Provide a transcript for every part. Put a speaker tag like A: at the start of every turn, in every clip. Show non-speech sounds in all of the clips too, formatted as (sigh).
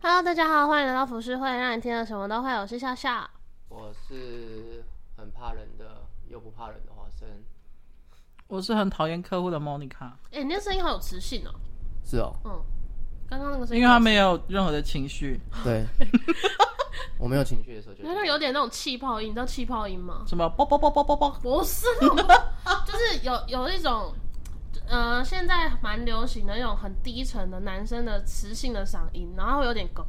A: Hello，大家好，欢迎来到服饰会，让你听了什么都会。我是笑笑。
B: 我是很怕人的，又不怕人的华生。
C: 我是很讨厌客户的 Monica，
A: 哎、你那声音好有磁性哦、
B: 是哦，
A: 刚刚那个声音，
C: 因为他没有任何的情绪，
B: (laughs) 对。我没有情绪的时候就
A: 好像有点那种气泡音，你知道气泡音
C: (laughs)
A: 吗？
C: 什么啵啵啵啵啵啵，
A: 不是那种， (laughs) 就是有有一种，呃，现在蛮流行的那种很低沉的男生的磁性的嗓音，然后会有点狗。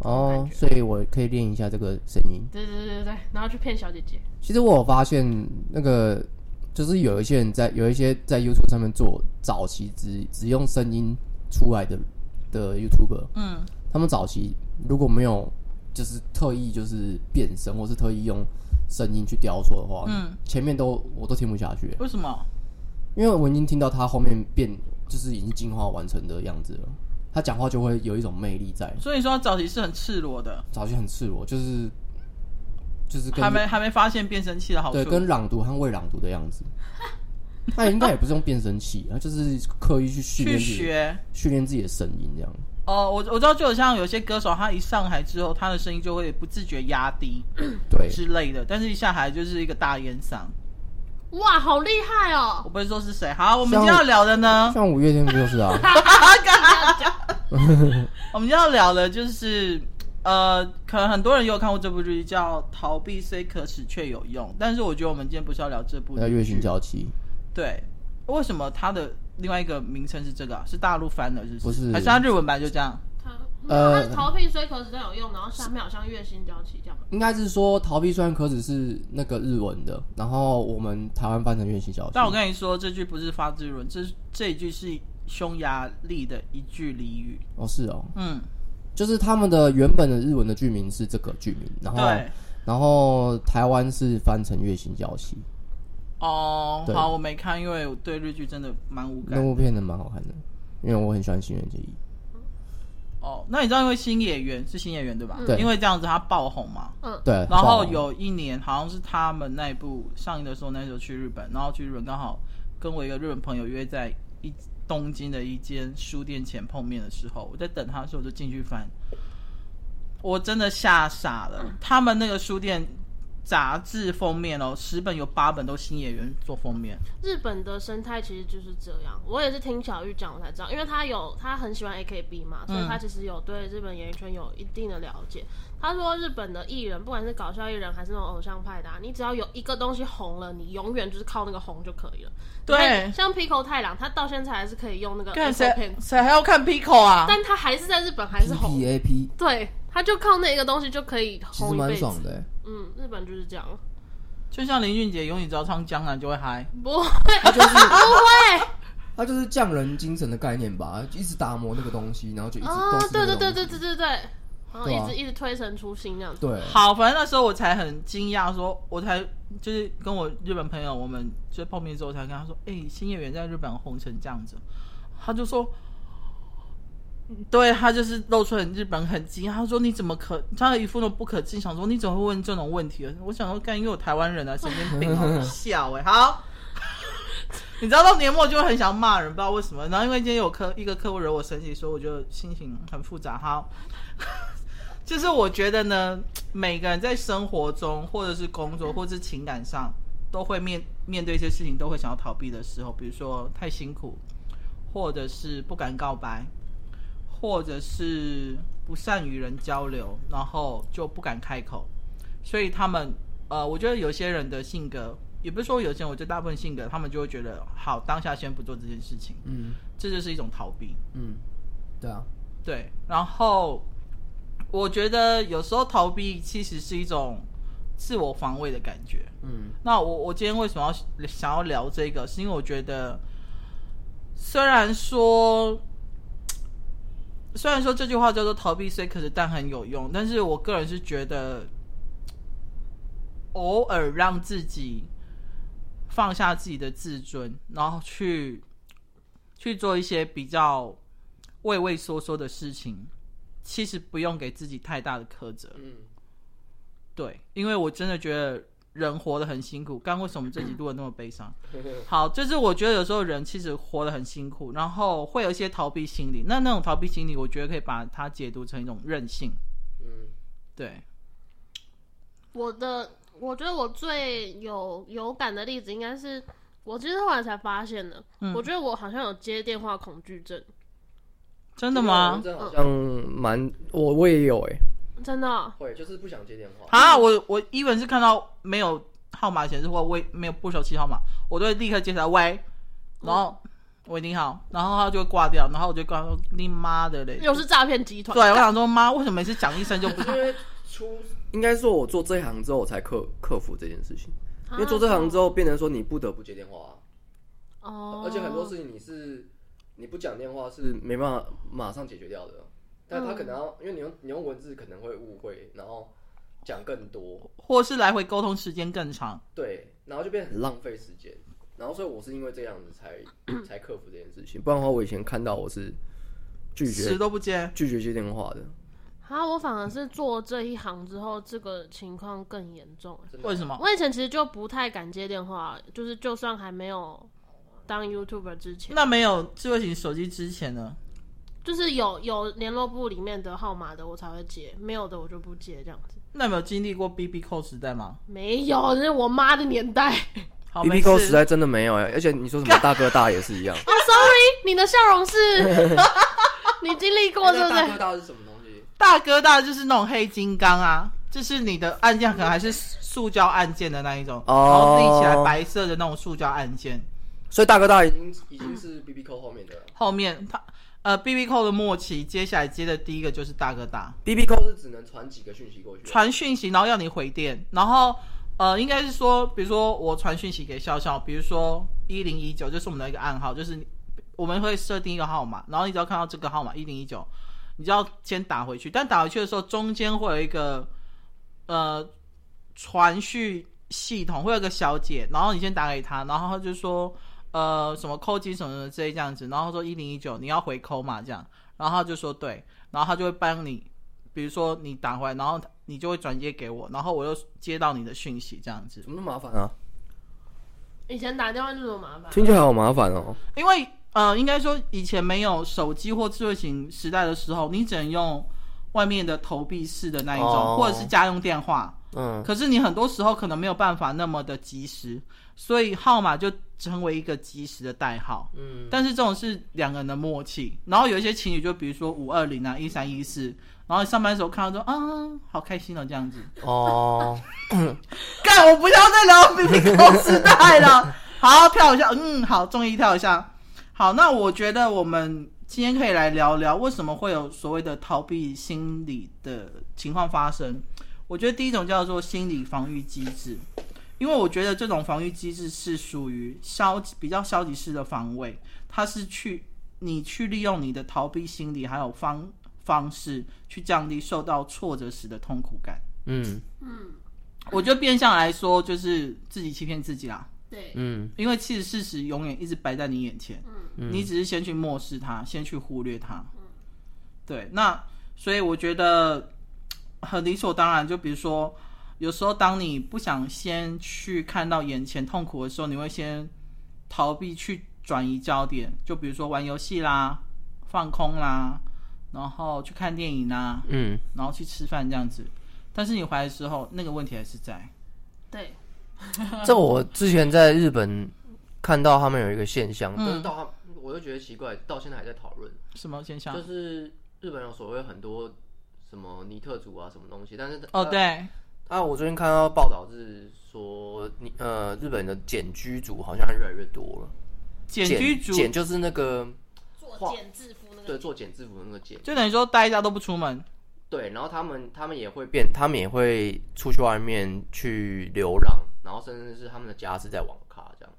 B: 哦，所以我可以练一下这个声音。
A: 对对对对对，然后去骗小姐姐。
B: 其实我有发现，那个就是有一些人在有一些在 YouTube 上面做早期只只用声音出来的的 YouTuber，
C: 嗯，
B: 他们早期如果没有就是特意就是变声，或是特意用声音去雕塑的话，
C: 嗯，
B: 前面都我都听不下去，
C: 为什么？
B: 因为我已经听到他后面变就是已经进化完成的样子了，他讲话就会有一种魅力在，
C: 所以你说他早期是很赤裸的，
B: 早期很赤裸，就是就是跟
C: 还没还没发现变声器的好
B: 对，
C: 处。
B: 跟朗读和未朗读的样
C: (laughs)
B: 子。他应该也不是用变声器，啊他就是刻意去训
C: 去
B: 练自己，
C: 学
B: 训练自己的声音这样。
C: 哦，我我知道，就有像有些歌手，他一上台之后，他的声音就会不自觉压低
B: 对，
C: 之类的，但是一下台就是一个大烟嗓。
A: 哇，好厉害
C: 我 (laughs)
A: 哦、
C: 不会说是谁。好，我们
B: 像
C: 今天要聊的呢， (laughs)
B: 像五月天不就是啊？
C: 我们今天要聊的就是，呃，可能很多人也有看过这部剧，叫《逃避虽可耻却有用》，但是我觉得我们今天不是要聊这部
B: 那月
C: 剧
B: 薪。娇妻
C: 对，为什么它的另外一个名称是这个、啊？是大陆翻的，是
B: 不是
C: 还是它日文版就这样？
A: 他他
B: 呃
A: 是逃避虽可耻但有用，然后下面好像月薪娇妻这样吧。
B: 应该是说逃避虽然可耻是那个日文的，然后我们台湾翻成月薪娇妻
C: 但。我跟你说，这句不是发自日文，这这一句是匈牙利的一句俚语。
B: 哦，是哦，
C: 嗯，
B: 就是他们的原本的日文的剧名是这个剧名，然后
C: 对，
B: 然后台湾是翻成月薪娇妻。
C: 哦，
B: 对
C: 好，我没看，因为我对日剧真的蛮无
B: 那
C: 感。
B: 部片的蛮好看的，因为我很喜欢《新人之一》。
C: 哦，那你知道因为新演员是新演员对吧？
B: 对
C: 因为这样子他爆红嘛。
A: 嗯，
B: 对，
C: 然后
B: 爆红
C: 有一年好像是他们那一部上映的时候，那时候去日本，然后去日本刚好跟我一个日本朋友约在一东京的一间书店前碰面的时候，我在等他的时候我就进去翻，我真的吓傻了。他们那个书店杂志封面哦，十本有八本都新演员做封面，
A: 日本的生态其实就是这样，我也是听小玉讲我才知道，因为她有她很喜欢 AKB 嘛，所以她其实有对日本演艺圈有一定的了解。她说日本的艺人，不管是搞笑艺人还是那种偶像派的、啊，你只要有一个东西红了，你永远就是靠那个红就可以了。
C: 对
A: 你看像 Pico 太郎，他到现在还是可以用那个 Apple Pen，
C: 谁还要看 Pico 啊？
A: 但他还是在日本还是红，
B: PPAP，
A: 对，他就靠那个东西就可以
B: 其实
A: 红一
B: 蛮
A: 辈子。
B: 爽的欸、
A: 嗯，日本就是这样，
C: 就像林俊杰永远只要唱《江南》就会嗨，
A: 不会，
B: 它就是
A: 不会。
B: 它就是匠人精神的概念吧，一直打磨那个东西，然后就一直
A: 哦
B: 都，是
A: 对
B: 那
A: 对对
B: 个东西
A: 对对对对，然后
B: 对
A: 一
B: 啊
A: 直一直推陈出新那样子。
B: 对啊
C: 好，反正那时候我才很惊讶，说我才就是跟我日本朋友，我们就碰面之后我才跟他说，哎、新演员在日本红成这样子，他就说，对他就是露出很日本很惊讶，他说你怎么可，他一副都不可置信，想说你怎么会问这种问题？我想说，干，因为我台湾人啊，神经病好笑哎、好。 (laughs) 你知道到年末就会很想骂人，不知道为什么。然后因为今天有客一个客户惹我生气，所以我就心情很复杂。好，就是我觉得呢，每个人在生活中，或者是工作，或者是情感上，都会面面对一些事情，都会想要逃避的时候，比如说太辛苦，或者是不敢告白，或者是不善与人交流，然后就不敢开口。所以他们，呃，我觉得有些人的性格，也不是说有些人，我觉得大部分性格，他们就会觉得，好，当下先不做这件事情，
B: 嗯
C: 这就是一种逃避。
B: 嗯，对啊，
C: 对，然后我觉得有时候逃避其实是一种自我防卫的感觉。
B: 嗯
C: 那我我今天为什么要想要聊这个？是因为我觉得，虽然说虽然说这句话叫做逃避虽可耻但很有用，但是我个人是觉得，偶尔让自己放下自己的自尊，然后去去做一些比较畏畏缩缩的事情，其实不用给自己太大的苛责。
B: 嗯，
C: 对，因为我真的觉得人活得很辛苦。刚刚为什么这集录的那么悲伤？
B: 啊
C: 好，就是我觉得有时候人其实活得很辛苦，然后会有一些逃避心理。那那种逃避心理，我觉得可以把它解读成一种任性。
B: 嗯，
C: 对，
A: 我的，我觉得我最有有感的例子应该是，我其实后来才发现的，
B: 嗯
A: 我觉得我好像有接电话恐惧症，
C: 真的吗？
B: 嗯这好像蛮我我也有哎、
A: 真的哦、
B: 会就是不想接电话。
C: 啊，我我一文是看到没有号码显示或未没有不熟悉号码，我都会立刻接起来喂，然后喂你好，然后他就会挂掉，然后我就跟他说你妈的嘞。
A: 又是诈骗集团。
C: 对，我想说妈，为什么每次讲一声就不 (laughs)
B: 因为出 (laughs) 应该说，我做这一行之后，我才克克服这件事情。
A: 啊
B: 因为做这行之后，变成说你不得不接电话、啊
A: 哦，
B: 而且很多事情你是你不讲电话是没办法马上解决掉的。但他可能要，因为你用你用文字可能会误会，然后讲更多，
C: 或是来回沟通时间更长？
B: 对，然后就变得很浪费时间。然后所以我是因为这样子才才克服这件事情，不然的话，我以前看到我是拒
C: 死
B: 绝
C: 都不接。
B: 拒绝接电话的。
A: 啊，我反而是做这一行之后，这个情况更严重。
B: 真的
C: 为什么？
A: 我以前其实就不太敢接电话，就是就算还没有当 YouTuber 之前，
C: 那没有智慧型手机之前呢？
A: 就是有有联络部里面的号码的我才会接，没有的我就不接这样子。
C: 那有没有经历过 B B 扣时代吗？
A: 没有，那是我妈的年代。 (laughs) 啊
C: 好
B: B
C: 哦没
B: B
C: 事
B: Q 时代真的没有哎、而且你说什么大哥大也是一样。
A: 哦、s o r r y 你的笑容是你经历过对不
B: 哎大
A: 对
B: 哥？大是什么东西？
C: 大哥大就是那种黑金刚啊，就是你的按键可能还是塑胶按键的那一种，
B: 哦
C: 然后立起来白色的那种塑胶按键。
B: 所以大哥大已经已经是 B B Q 后面的了。
C: 后面它呃 B B 扣的末期，接下来接的第一个就是大哥大
B: B B Q 是只能传几个讯息过去，
C: 传讯息，然后要你回电，然后呃应该是说，比如说我传讯息给笑笑，比如说一零一九，就是我们的一个暗号，就是你我们会设定一个号码，然后你只要看到这个号码一零一九，你就要先打回去，但打回去的时候中间会有一个呃传讯系统，会有一个小姐，然后你先打给她，然后她就说呃什么扣机什么的这一这样子，然后说一零一九你要回扣嘛这样，然后她就说对，然后她就会帮你，比如说你打回来，然后你就会转接给我，然后我又接到你的讯息这样子，
B: 怎么那么麻烦啊？
A: 以前打电话就这么麻烦。
B: 听起来好麻烦哦。
C: 因为呃应该说以前没有手机或智慧型时代的时候，你只能用外面的投币式的那一种，
B: 哦
C: 或者是家用电话。
B: 嗯，
C: 可是你很多时候可能没有办法那么的及时，所以号码就成为一个及时的代号。
B: 嗯，
C: 但是这种是两个人的默契。然后有一些情侣，就比如说五二零啊、一三一四，然后上班的时候看到说啊，好开心哦，这样子。
B: 哦，
C: (laughs) 干，我不要再聊 B B 扣时代了。好，跳一下，嗯，好，终于跳一下。好，那我觉得我们今天可以来聊聊为什么会有所谓的逃避心理的情况发生。我觉得第一种叫做心理防御机制，因为我觉得这种防御机制是属于消极比较消极式的防卫，它是去你去利用你的逃避心理还有方方式去降低受到挫折时的痛苦感。
B: 嗯
C: 我觉得变相来说，就是自己欺骗自己啦，
A: 对，
B: 嗯
C: 因为其实事实永远一直摆在你眼前，你只是先去漠视它，先去忽略它。对，那所以我觉得很理所当然。就比如说，有时候当你不想先去看到眼前痛苦的时候，你会先逃避去转移焦点，就比如说玩游戏啦、放空啦，然后去看电影啦，
B: 嗯，
C: 然后去吃饭这样子。但是你回来的时候，那个问题还是在。
A: 对，
B: 这我之前在日本看到他们有一个现象，
C: 嗯
B: 就是到他们我就觉得奇怪，到现在还在讨论，
C: 什么现象？
B: 就是日本有所谓很多什么尼特族啊什么东西，但是
C: 哦，对，
B: 啊，我最近看到报道是说，你呃，日本的简居族好像越来越多了。
C: 简居族
B: 简就是那个
A: 做减制服那
B: 对做剪制服的那个剪，
C: 就等于说待家都不出门，
B: 哦对，然后他们他们也会变，他们也会出去外面去流浪，然后甚至是他们的家是在网咖这样，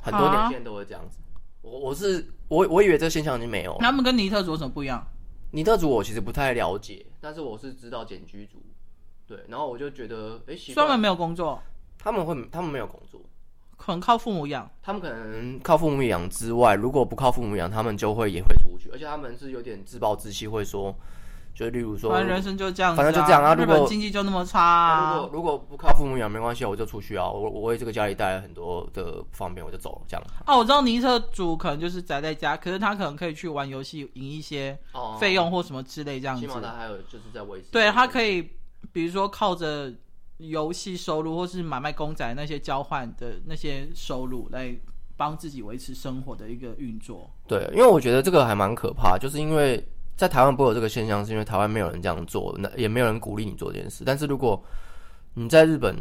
B: 很多
C: 啊
B: 年轻人都会这样子。我我是我我以为这现象已经没有了，
C: 他们跟尼特族有什么不一样？
B: 尼特族我其实不太了解，但是我是知道简居族，对，然后我就觉得哎，奇
C: 专
B: 怪，
C: 门没有工作，
B: 他们会他们没有工作，
C: 可能靠父母养。
B: 他们可能靠父母养之外，如果不靠父母养，他们就会也会出去，而且他们是有点自暴自弃，会说就例如说，
C: 反正人生就这样子、
B: 反
C: 啊，
B: 正就这样啊
C: 日
B: 如
C: 本
B: 果
C: 经济就那么差、
B: 那
C: 啊，
B: 如果如果不靠父母养没关系，我就出去啊，我我为这个家里带来很多的不方便，我就走了这样。
C: 哦，我知道尼特主可能就是宅在家，可是他可能可以去玩游戏，赢一些
B: 哦
C: 费用或什么之类这样
B: 起码
C: 子。
B: 他还有就是在维持，
C: 对他可
B: 以
C: 以，比如说靠着游戏收入或是买卖公仔那些交换的那些收入来帮自己维持生活的一个运作。
B: 对，因为我觉得这个还蛮可怕，就是因为在台湾不会有这个现象，是因为台湾没有人这样做，那也没有人鼓励你做这件事。但是如果你在日本，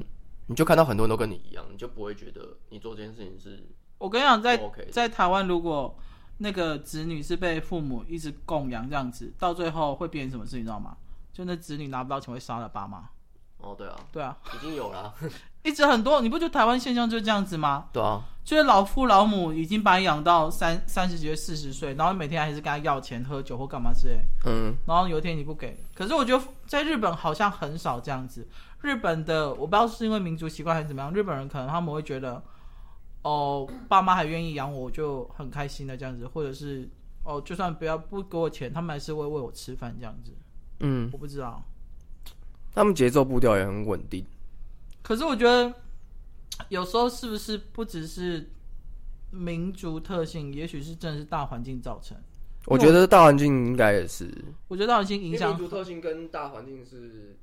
B: 你就看到很多人都跟你一样，你就不会觉得你做这件事情是
C: 我跟你讲，在
B: 不 OK 的
C: 在台湾，如果那个子女是被父母一直供养这样子，到最后会变成什么事，你知道吗？就那子女拿不到钱会杀了爸妈。
B: 哦，对啊，
C: 对啊，
B: 已经有了啊，
C: 一直很多，你不觉得台湾现象就是这样子吗？
B: 对啊，
C: 就是老父老母已经把你养到三三十几岁、四十岁，然后每天还是跟他要钱、喝酒或干嘛之类，
B: 嗯，
C: 然后有一天你不给。可是我觉得在日本好像很少这样子。日本的我不知道是因为民族习惯还是怎么样，日本人可能他们会觉得，哦，爸妈还愿意养我，我就很开心的这样子，或者是哦，就算不要不给我钱，他们还是会喂我吃饭这样子。
B: 嗯，
C: 我不知道，
B: 他们节奏步调也很稳定。
C: 可是我觉得有时候是不是不只是民族特性，也许是真的是大环境造成。
B: 我觉得大环境应该也是，
C: 我觉得已经影响
B: 民族特性跟大环境是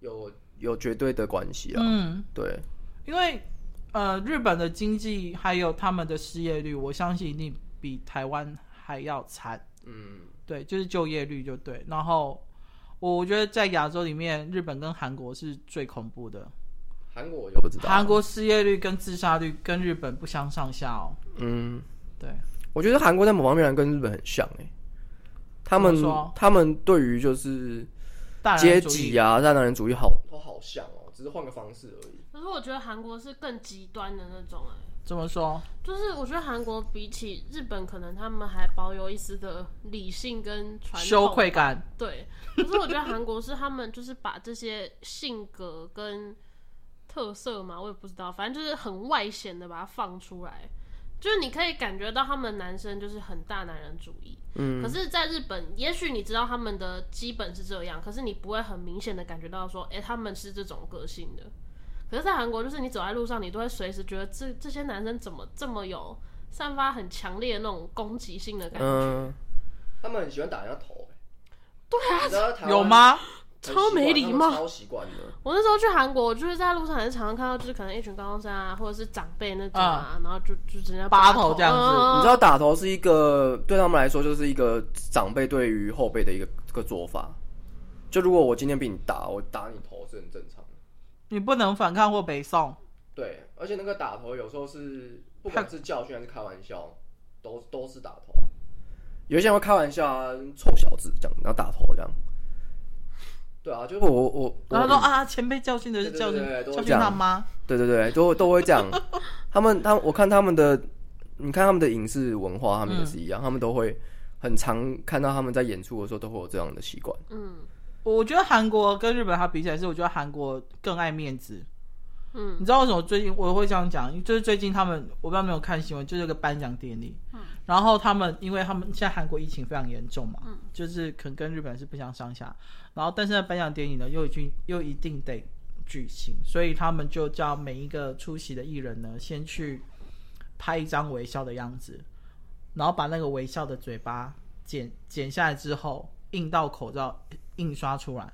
B: 有有绝对的关系啊。
C: 嗯，
B: 对，
C: 因为呃，日本的经济还有他们的失业率，我相信一定比台湾还要惨。
B: 嗯，
C: 对，就是就业率就对。然后我觉得在亚洲里面，日本跟韩国是最恐怖的。
B: 韩国我就不知道。
C: 韩，国失业率跟自杀率跟日本不相上下哦。
B: 嗯，
C: 对，
B: 我觉得韩国在某方面跟日本很像诶、他们
C: 怎么说
B: 他们对于就是
C: 大男
B: 阶
C: 人主义
B: 级啊、大男人主义好都好像哦，只是换个方式而已。
A: 可是我觉得韩国是更极端的那种哎、
C: 怎么说？
A: 就是我觉得韩国比起日本，可能他们还保有一丝的理性跟传统
C: 羞愧感。
A: 对，可是我觉得韩国是他们就是把这些性格跟特色嘛，我也不知道，反正就是很外显的把它放出来，就是你可以感觉到他们男生就是很大男人主义。嗯，可是，在日本，也许你知道他们的基本是这样，可是你不会很明显的感觉到说，哎、他们是这种个性的。可是，在韩国，就是你走在路上，你都会随时觉得这这些男生怎么这么有散发很强烈的那种攻击性的感觉，
B: 嗯，他们很喜欢打人家头、欸对啊
C: 有？吗？
A: 超没礼貌，
B: 超习惯的。
A: 我那时候去韩国，我就是在路上也是常常看到，就是可能一群高中生啊，或者是长辈那种啊，然后就就直接
C: 拔
A: 头
C: 头这样子
B: 你
A: 嗯
B: 知道打头是一个对他们来说就是一个长辈对于后辈的一个一个做法。就如果我今天被你打，我打你头是很正常的。
C: 你不能反抗或北宋。
B: 对，而且那个打头有时候是不管是教训还是开玩笑，都都是打头。有一些人会开玩笑啊，臭小子这样，然后打头这样。对啊，就是我我我，嗯
C: 然后他说啊，前辈教训的是教训
B: 对对对对都
C: 教训
B: 这样
C: 他妈。
B: 对对对，都都会这样。 (laughs) 他们他们我看他们的，你看他们的影视文化，他们也是
C: 嗯
B: 一样，他们都会很常看到他们在演出的时候都会有这样的习惯。
A: 嗯
C: 我觉得韩国跟日本它比起来是，我觉得韩国更爱面子。
A: 嗯
C: 你知道为什么最近我会这样讲？就是最近他们，我不知道有没有看新闻，就是有个颁奖典礼。嗯。然后他们，因为他们现在韩国疫情非常严重嘛，嗯，就是可能跟日本是不相上下。然后，但是在颁奖典礼呢，又已经又一定得举行，所以他们就叫每一个出席的艺人呢，先去拍一张微笑的样子，然后把那个微笑的嘴巴剪剪下来之后，印到口罩印刷出来。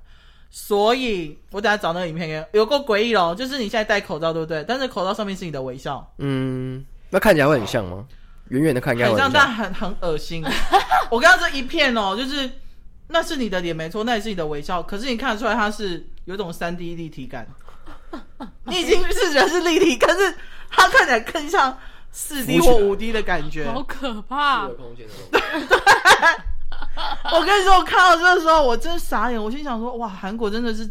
C: 所以我等下找那个影片给你，有够诡异哦！就是你现在戴口罩，对不对？但是口罩上面是你的微笑，
B: 嗯，那看起来会很像吗？远远的看应该
C: 很
B: 会
C: 像，
B: 很
C: 但
B: 像。
C: 很很恶心。我刚刚这一片哦，就是那是你的脸没错，那也是你的微笑，可是你看得出来它是有一种三 D 立
B: (laughs)
C: 体感。你已经是人是立体，可是它看起来更像四 D
B: 浮起
C: 或
B: 来
C: 五 D 的感觉。
A: 好可怕，
B: 空间的
C: (laughs) 我跟你说，我看到这个时候，我真傻眼，我心想说，哇，韩国真的是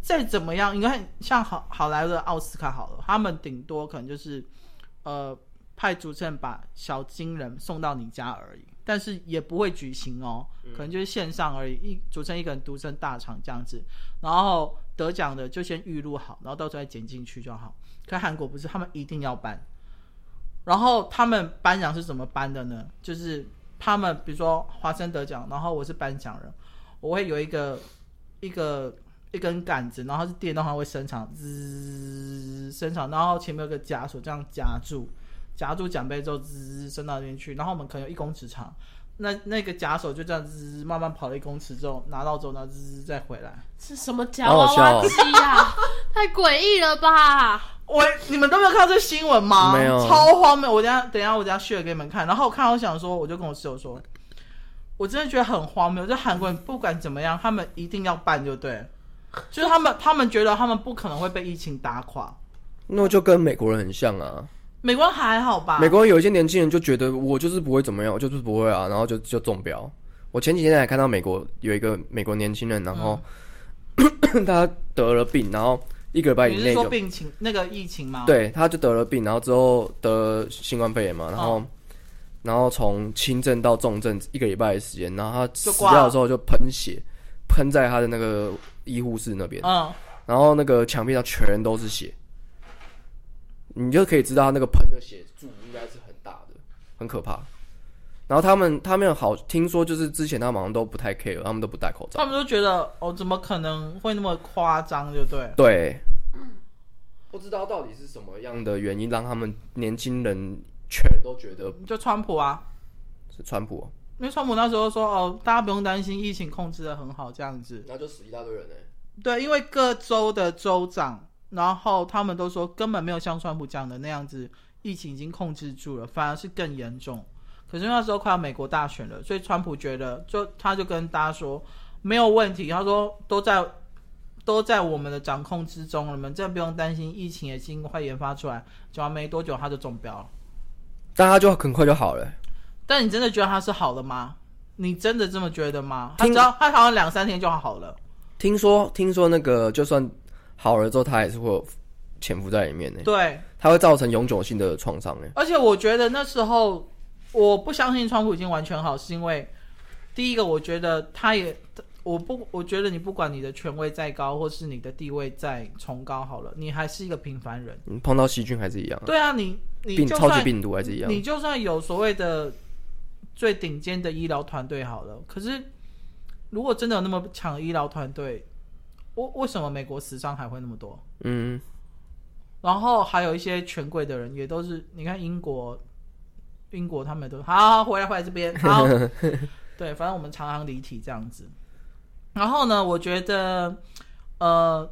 C: 再怎么样，你看像好好莱坞的奥斯卡好了，他们顶多可能就是呃派主持人把小金人送到你家而已，但是也不会举行哦，可能就是线上而已，一主持人一个人独撑大场这样子，然后得奖的就先预录好，然后到时候再剪进去就好。可韩国不是，他们一定要办。然后他们颁奖是怎么颁的呢？就是他们比如说华生得奖，然后我是颁奖人，我会有一个一个一根杆子，然后是电动，它会伸长，滋伸长，然后前面有个夹锁这样夹住，夹住奖杯之后滋伸到那边去，然后我们可能有一公尺长。那那个夹手就这样滋慢慢跑了一公尺之后，拿到之后，然后滋再回来。
A: 是什么夹娃娃机啊？太诡异了吧！
C: 我你们都没有看到这新闻吗？
B: 没有
C: 超荒谬！我等一下等一下我等一下 share 给你们看。然后我看到我想说，我就跟我室友说，我真的觉得很荒谬，就韩国人不管怎么样，他们一定要办，就对了，就是他们他们觉得他们不可能会被疫情打垮。
B: 那就跟美国人很像啊。
C: 美国人还好吧？
B: 美国人有一些年轻人就觉得我就是不会怎么样，我就是不会啊，然后就就中标。我前几天还看到美国有一个美国年轻人，然后、 (coughs) 他得了病，然后一个礼拜
C: 嗯你
B: 以
C: 是
B: 内
C: 说
B: 就
C: 病情那个疫情吗？，
B: 对，他就得了病，然后之后得新冠肺炎嘛，然后、
C: 哦
B: 然后从轻症到重症一个礼拜的时间，然后他
C: 就
B: 死
C: 挂
B: 掉
C: 了
B: 的时候就喷血，喷在他的那个医护室那边，
C: 嗯，
B: 然后那个墙壁上全都是血，你就可以知道他那个喷的血柱应该是很大的，很可怕。然后他们他们好听说就是之前他们好像都不太 care，他们都不戴口罩
C: 他。们就觉得哦，怎么可能会那么夸张？就对了。
B: 对，不知道到底是什么样的原因让他们年轻人全都觉得
C: 就川普啊，
B: 是川普哦、
C: 因为川普那时候说哦，大家不用担心，疫情控制的很好，这样子。
B: 然后就死一大堆人呢、
C: 对，因为各州的州长，然后他们都说根本没有像川普讲的那样子，疫情已经控制住了，反而是更严重。可是那时候快要美国大选了，所以川普觉得就他就跟大家说没有问题，他说都在都在我们的掌控之中，你们真的不用担心，疫情也已经快研发出来，结果没多久他就中标了。
B: 但他就很快就好了、
C: 但你真的觉得他是好的吗？你真的这么觉得吗？他
B: 听
C: 只要他好像两三天就好了。
B: 听说听说那个就算好了之后，他还是会有潜伏在里面呢、
C: 对，
B: 它会造成永久性的创伤哎。
C: 而且我觉得那时候我不相信川普已经完全好，是因为第一个，我觉得他也，我不，我觉得你不管你的权威再高，或是你的地位再崇高，好了，你还是一个平凡人。
B: 你碰到细菌还是一样啊，
C: 对啊，你你
B: 病
C: 就
B: 超级
C: 算
B: 病毒还是一样啊
C: 你。就算有所谓的最顶尖的医疗团队好了，可是如果真的有那么强的医疗团队，为为什么美国死伤还会那么多？
B: 嗯，
C: 然后还有一些权贵的人也都是，你看英国，英国他们都好回来回来这边好，对，反正我们常常离题这样子。然后呢，我觉得呃，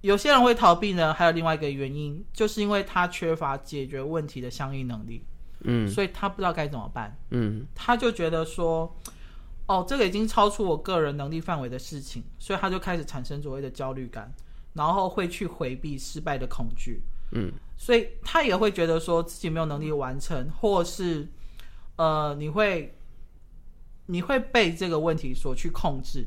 C: 有些人会逃避呢，还有另外一个原因，就是因为他缺乏解决问题的相应能力，
B: 嗯
C: 所以他不知道该怎么办。
B: 嗯，
C: 他就觉得说，哦，这个已经超出我个人能力范围的事情，所以他就开始产生所谓的焦虑感，然后会去回避失败的恐惧。
B: 嗯，
C: 所以他也会觉得说自己没有能力完成，或是呃，你会你会被这个问题所去控制。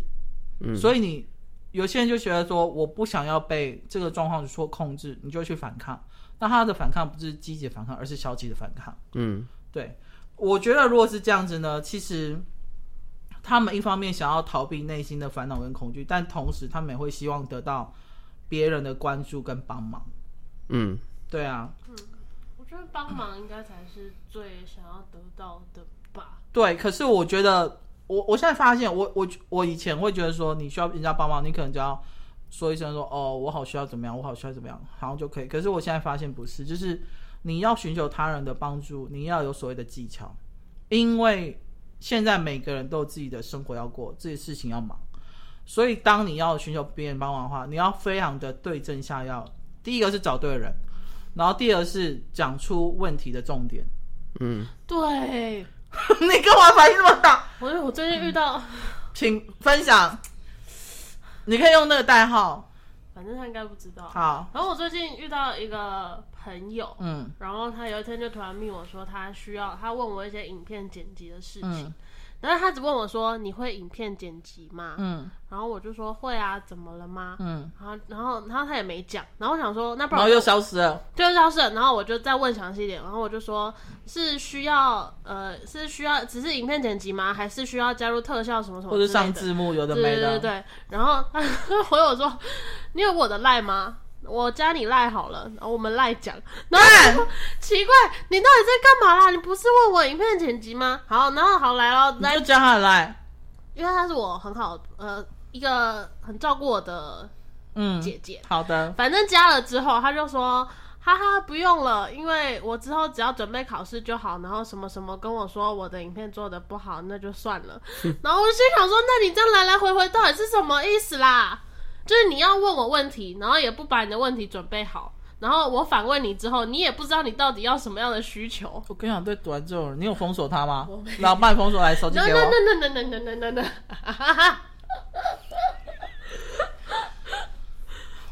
B: 嗯
C: 所以你有些人就觉得说，我不想要被这个状况所控制，你就去反抗。那他的反抗不是积极的反抗，而是消极的反抗。
B: 嗯
C: 对，我觉得如果是这样子呢，其实他们一方面想要逃避内心的烦恼跟恐惧，但同时他们也会希望得到别人的关注跟帮忙。
B: 嗯，
C: 对啊，
A: 我觉得帮忙应该才是最想要得到的吧。
C: 对。可是我觉得，我我现在发现，我我我以前会觉得说，你需要人家帮忙，你可能只要说一声说，哦，我好需要怎么样，我好需要怎么样，好像就可以。可是我现在发现不是，就是你要寻求他人的帮助，你要有所谓的技巧，因为现在每个人都有自己的生活要过，自己的事情要忙，所以当你要寻求别人帮忙的话，你要非常的对症下药。第一个是找对人，然后第二是讲出问题的重点。 (laughs)
B: 嗯
A: 对，
C: 你干嘛反应那么大？
A: 我我最近遇到，
C: 请分享，你可以用那个代号。
A: 反正他应该不知道。
C: 好，
A: 然后我最近遇到一个朋友，
C: 嗯
A: 然后他有一天就突然密我说他需要，他问我一些影片剪辑的事情，
C: 嗯
A: 然后他只问我说你会影片剪辑吗？
C: 嗯
A: 然后我就说会啊，怎么了吗？
C: 嗯，
A: 然后然后然后他也没讲，然后我想说那不
C: 然
A: 然
C: 后
A: 我
C: 又消失了。
A: 对，消失了。然后我就再问详细一点，然后我就说是需要呃是需要只是影片剪辑吗？还是需要加入特效什么什么
C: 或
A: 之类
C: 者
A: 的？
C: 上字幕，有的
A: 对
C: 没
A: 对对
C: 的。
A: 对。然后 (laughs) 他回我说：“你有我的赖吗？”我加你赖好了，然后我们赖讲。然后我说奇怪，你到底在干嘛啦？你不是问我影片剪辑吗？好，然后好来了，
C: 你
A: 来
C: 就加他的来，
A: 因为她是我很好呃一个很照顾我的
C: 嗯，
A: 姐姐，
C: 好的，
A: 反正加了之后，她就说。哈哈，不用了，因为我之后只要准备考试就好，然后什么什么跟我说我的影片做的不好，那就算了。然后我就心想说，那你这样来来回回到底是什么意思啦？就是你要问我问题，然后也不把你的问题准备好，然后我反问你之后，你也不知道你到底要什么样的需求。
C: 我跟你讲，对读完之后，你有封锁他吗
A: 我没？
C: 老板封锁来手机
A: 那
C: 给
A: 那
C: 我。
A: 那那那那那那那，哈哈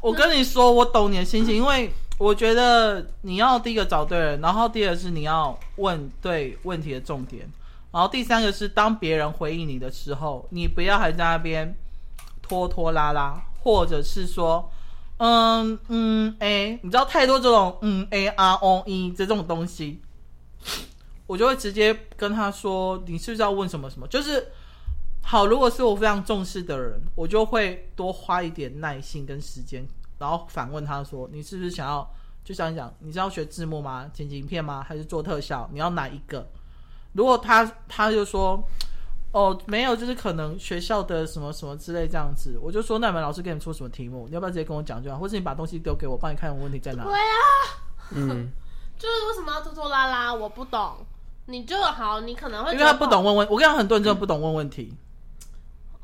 C: 我跟你说，我懂你的心情，因为我觉得你要第一个找对人，然后第二个是你要问对问题的重点，然后第三个是当别人回应你的时候，你不要还在那边拖拖拉拉，或者是说。嗯嗯哎，你知道太多这种嗯 a r o e 这种东西，我就会直接跟他说，你是不是要问什么什么？就是好，如果是我非常重视的人，我就会多花一点耐心跟时间，然后反问他说：“你是不是想要？就想一想，你是要学字幕吗？剪辑影片吗？还是做特效？你要哪一个？”如果他他就说：“哦，没有，就是可能学校的什么什么之类这样子。”我就说：“那你们老师给你们出什么题目？你要不要直接跟我讲就好，或是你把东西丢给我，帮你看我问题在哪？”
A: 对啊，
D: 嗯，
A: 就是为什么要拖拖拉拉？我不懂。你就好，你可能会
C: 因
A: 觉
C: 为
A: 得
C: 他不懂问问，我跟你讲，很多人真的不懂问问题。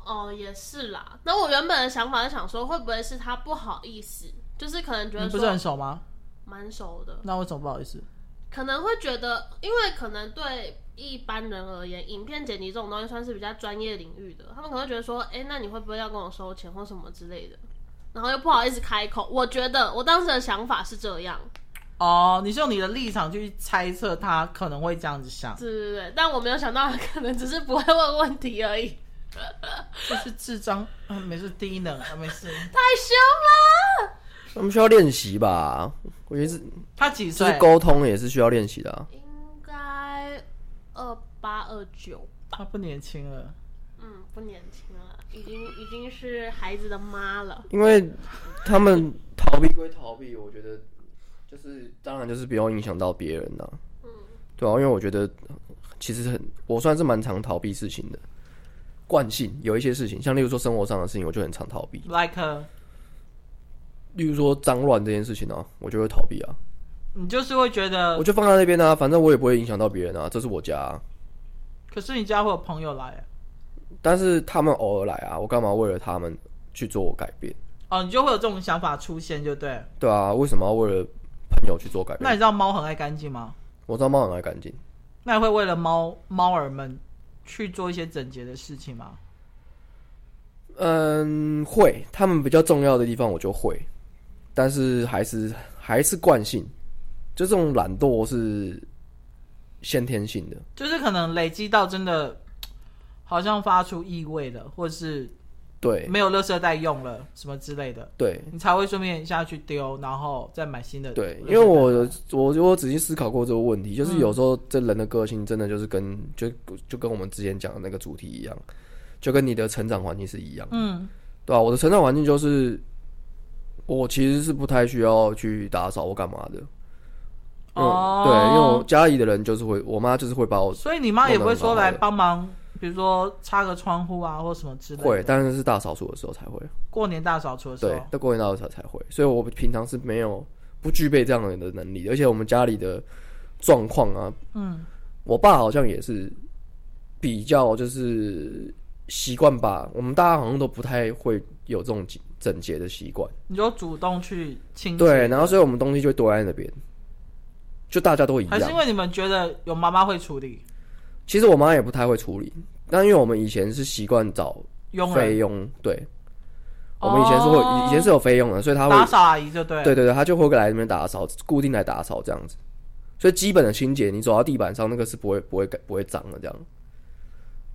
A: 哦，也是啦。那我原本的想法是想说，会不会是他不好意思，就是可能觉
C: 你
A: 得
C: 嗯不是很
A: 说
C: 熟吗？
A: 蛮熟的，
C: 那为什么不好意思？
A: 可能会觉得，因为可能对一般人而言，影片剪辑这种东西算是比较专业领域的，他们可能会觉得说，哎、那你会不会要跟我收钱或什么之类的，然后又不好意思开口。我觉得我当时的想法是这样，
C: 哦，你是用你的立场去猜测他可能会这样子想，
A: 对对对，但我没有想到，可能只是不会问问题而已，
C: 就是智障，啊、没事，低能啊，
B: (laughs)
C: 没事。
A: 太凶了。
B: (laughs) 他们需要练习吧？我觉得是
C: 他几
B: 就
C: 岁
B: 是？沟通也是需要练习的、啊。
A: 应该二八二九，
C: 他不年轻了，
A: 嗯，不年轻了，已经已经是孩子的妈了。
B: 因为他们逃避归逃避，我觉得就是当然就是不要影响到别人呐、对啊，因为我觉得其实很我算是蛮常逃避事情的，惯性有一些事情，像例如说生活上的事情，我就很常逃避，
C: ，like，her，呃
B: 例如说脏乱这件事情啊，我就会逃避啊，
C: 你就是会觉
B: 我
C: 得，
B: 就放在那边啊，反正我也不会影响到别人啊，这是我家、啊，
C: 可是你家会有朋友来，啊
B: 但是他们偶尔来啊，我干嘛为了他们去做改变？
C: 哦，你就会有这种想法出现，就对。
B: 对啊，为什么要为了朋友去做改
C: 那
B: 变
C: 你？知道猫很爱干净吗？
B: 我知道猫很爱干净，
C: 那你会为了猫猫儿们去做一些整洁的事情吗？
B: 嗯，会，他们比较重要的地方我就会，但是还是还是惯性，就这种懒惰是先天性的。
C: 就是可能累积到真的好像发出异味了，或是
B: 对
C: 没有垃圾袋用了什么之类的。
B: 对
C: 你才会顺便下去丢，然后再买新的。
B: 对，因为
C: 啊
B: 我我我仔细思考过这个问题，就是
C: 嗯
B: 有时候这人的个性真的就是跟就就跟我们之前讲的那个主题一样，就跟你的成长环境是一样的。
C: 嗯，
B: 对啊，我的成长环境就是，我其实是不太需要去打扫或干嘛的。嗯，
C: 哦
B: 对，因为我家里的人就是会，我妈就是会把我
C: 所以你妈也不会说来帮忙，比如说擦个窗户啊，或什么之类的。哦
B: 会，但是是大扫除的时候才会，
C: 过年大扫除的时
B: 对
C: 候，，
B: 在过年大扫除才会，所以我平常是没有不具备这样的能力，而且我们家里的状况啊，
C: 嗯，
B: 我爸好像也是比较就是习惯吧，我们大家好像都不太会有这种整洁的习惯。
C: 你就主动去清洁。
B: 对，然后所以我们东西就会堆在那边，就大家都一
C: 还是因
B: 样。
C: 为你们觉得有妈妈会处理
B: 其实我妈也不太会处理，但因为我们以前是习惯找
C: 佣
B: 菲
C: 人
B: 佣，对，我们以前是会、
C: 哦
B: 以前是有菲佣的，所以她
C: 打
B: 会，
C: 扫阿姨就对。
B: 对，对对，她就会来这边打扫，固定来打扫这样子。所以基本的清洁，你走到地板上，那个是不会不会不会脏的，这样。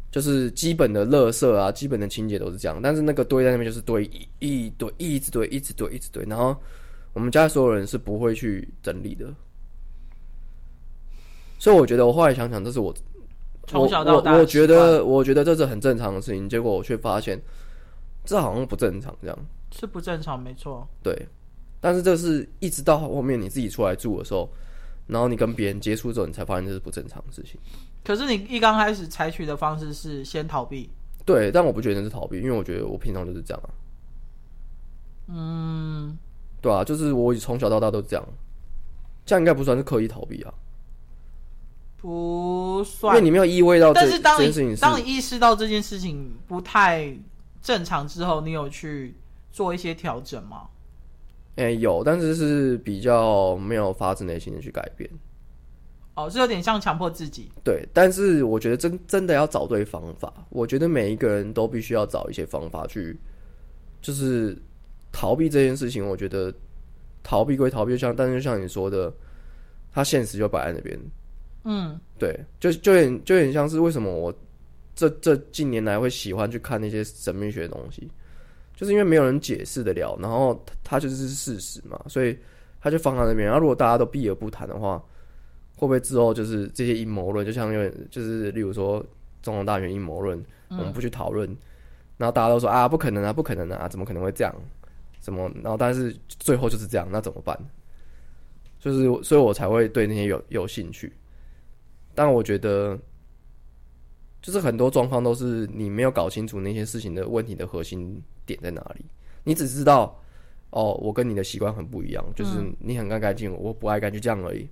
B: 就是基本的垃圾啊，基本的清洁都是这样，但是那个堆在那边就是堆一一堆，一直堆，一直堆，一直堆，然后我们家所有人是不会去整理的，所以我觉得我后来想想，这是我
C: 从小到大
B: 我我
C: 的
B: 我
C: 习
B: 觉
C: 惯
B: 得我觉得这是很正常的事情，结果我却发现这好像不正常这样，
C: 是不正常，没错。
B: 对，但是这是一直到后面你自己出来住的时候，然后你跟别人接触之后，你才发现这是不正常的事情。
C: 可是你一刚开始采取的方式是先逃避，
B: 对，但我不觉得那是逃避，因为我觉得我平常就是这样啊。
C: 嗯，
B: 对啊，就是我从小到大都这样，这样应该不算是刻意逃避啊，
C: 不
B: 因为
C: 算。
B: 你没有意味到这
C: 啊但是当
B: 这
C: 你
B: 件事情是
C: 当你意识到这件事情不太正常之后，你有去做一些调整吗？
B: 哎、有，但是是比较没有发自内心的去改变。
C: 哦，是有点像强迫自己。
B: 对，但是我觉得真真的要找对方法。我觉得每一个人都必须要找一些方法去，就是逃避这件事情。我觉得逃避归逃避，就像但是就像你说的，它现实就摆在那边。
C: 嗯，
B: 对，就就有点就有点像是为什么我这这近年来会喜欢去看那些神秘学的东西，就是因为没有人解释得了，然后它它就是事实嘛，所以它就放在那边。然后如果大家都避而不谈的话，会不会之后就是这些阴谋论，就像有点就是例如说中央大学阴谋论，我们不去讨论，然后大家都说啊不可能啊不可能啊，怎么可能会这样？什么？然后但是最后就是这样，那怎么办？就是所以，我才会对那些有有兴趣。但我觉得，就是很多状况都是你没有搞清楚那些事情的问题的核心点在哪里，你只知道哦，我跟你的习惯很不一样，就是你很爱干净，我不爱干净这样而已。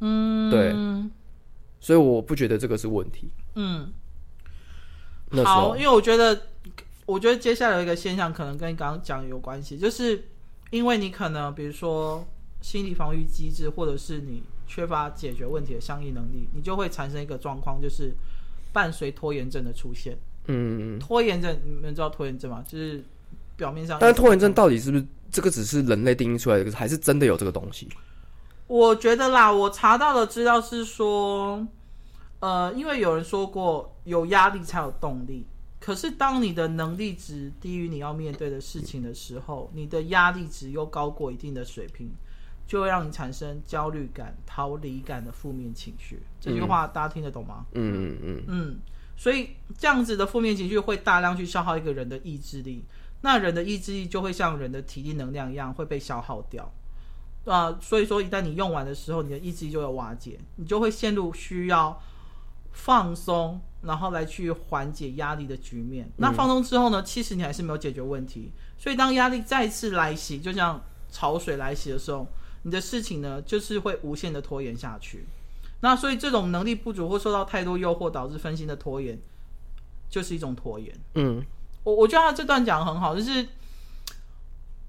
B: 嗯，对，所以我不觉得这个是问题。
C: 嗯，
B: 那时
C: 好，
B: 候
C: 因为我觉得，我觉得接下来有一个现象可能跟你刚刚讲有关系，就是因为你可能比如说心理防御机制，或者是你缺乏解决问题的相应能力，你就会产生一个状况，就是伴随拖延症的出现。
B: 嗯，
C: 拖延症，你们知道拖延症吗？就是表面上，
B: 但是拖延症，到底是不是这个只是人类定义出来的，还是真的有这个东西？
C: 我觉得啦，我查到的资料是说，呃，因为有人说过，有压力才有动力。可是，当你的能力值低于你要面对的事情的时候，你的压力值又高过一定的水平，就会让你产生焦虑感、逃离感的负面情绪。这句话大家听得懂吗？
B: 嗯嗯
C: 嗯，所以这样子的负面情绪会大量去消耗一个人的意志力，那人的意志力就会像人的体力能量一样会被消耗掉。啊、所以说一旦你用完的时候，你的意志力就会瓦解，你就会陷入需要放松，然后来去缓解压力的局面。那放松之后呢，其实你还是没有解决问题。所以当压力再次来袭，就像潮水来袭的时候，你的事情呢就是会无限的拖延下去。那所以这种能力不足或受到太多诱惑导致分心的拖延，就是一种拖延。
B: 嗯
C: 我我觉得他这段讲得很好，就是，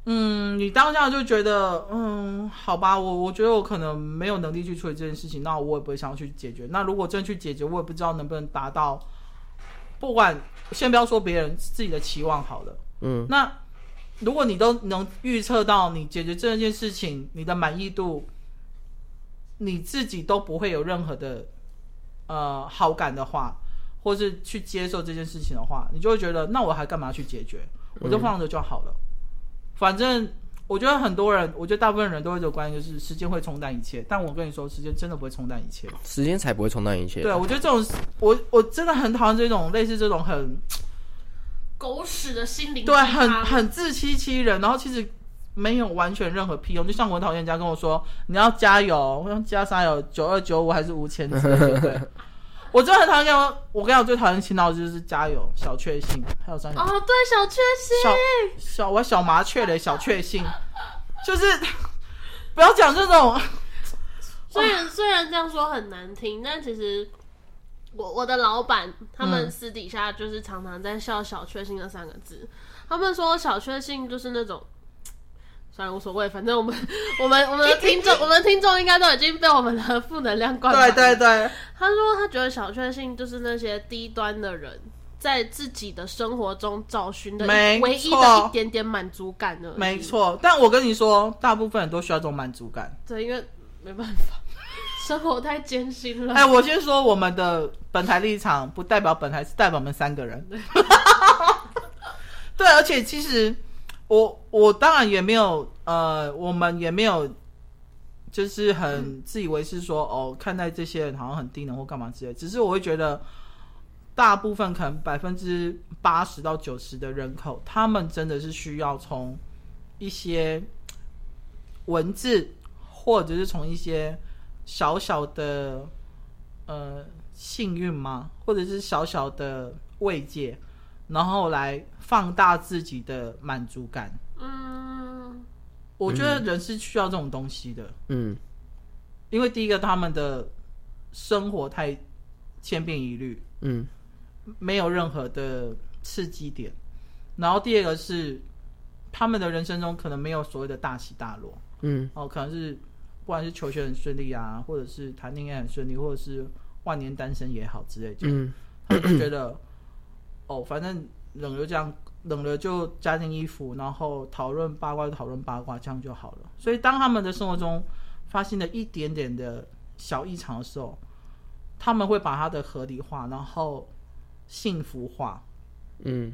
C: 嗯，你当下就觉得，嗯，好吧，我我觉得我可能没有能力去处理这件事情，那我也不会想要去解决。那如果真的去解决，我也不知道能不能达到，不管先不要说别人自己的期望好了，
B: 嗯，
C: 那如果你都能预测到你解决这件事情，你的满意度，你自己都不会有任何的呃好感的话，或是去接受这件事情的话，你就会觉得那我还干嘛去解决？我就放着就好了。反正我觉得很多人，我觉得大部分人都会有这个观念，就是时间会冲淡一切。但我跟你说，时间真的不会冲淡一切。
B: 时间才不会冲淡一切。
C: 对，我啊觉得这种，我我真的很讨厌这种类似这种很
A: 狗屎的心灵鸡
C: 对，
A: 汤，
C: 很很自欺欺人，然后其实没有完全任何屁用。就像我很讨厌人家跟我说你要加油，我想加啥油？九二九五还是五千之类的。对我真的很讨厌，我跟你讲，我最讨厌听到的就是加油、小确幸，还有三小、
A: 哦，对，小确幸，
C: 小啊小我小麻雀的小确幸，就是 (laughs) 不要讲这种。
A: 虽然虽然这样说很难听，但其实我我的老板他们
C: 嗯
A: 私底下就是常常在笑“小确幸”这三个字。他们说“小确幸”就是那种， (sniffs) 算了，无所谓，反正我们 (laughs) 我们我们的听众，我们听众应该都已经被我们的负能量灌满
C: 对
A: 了。
C: 对对，
A: 他说他觉得小确幸就是那些低端的人在自己的生活中找寻的
C: 没
A: 一唯一的
C: 错
A: 一点点满足感而已。
C: 没，错。但我跟你说，大部分人都需要这种满足感。
A: 对，因为没办法，生活太艰辛了。
C: 哎，我先说我们的本台立场，不代表本台，是代表我们三个人。对，而且其实我我当然也没有呃，我们也没有就是很自以为是说哦，看待这些人好像很低能或干嘛之类，只是我会觉得。大部分可能百分之八十到九十的人口，他们真的是需要从一些文字，或者是从一些小小的呃幸运吗？或者是小小的慰藉，然后来放大自己的满足感。
A: 嗯，
C: 我觉得人是需要这种东西的，
E: 嗯
C: 因为第一个他们的生活太千变一律，
E: 嗯
C: 没有任何的刺激点。然后第二个是他们的人生中可能没有所谓的大起大落，
E: 嗯
C: 哦，可能是不管是求学很顺利啊，或者是谈恋爱很顺利，或者是万年单身也好之类的，
E: 嗯
C: 他们就觉得哦，反正冷流这样，冷了就加件衣服，然后讨论八卦就讨论八卦，这样就好了。所以当他们的生活中发生了一点点的小异常的时候，他们会把它的合理化，然后幸福化。
E: 嗯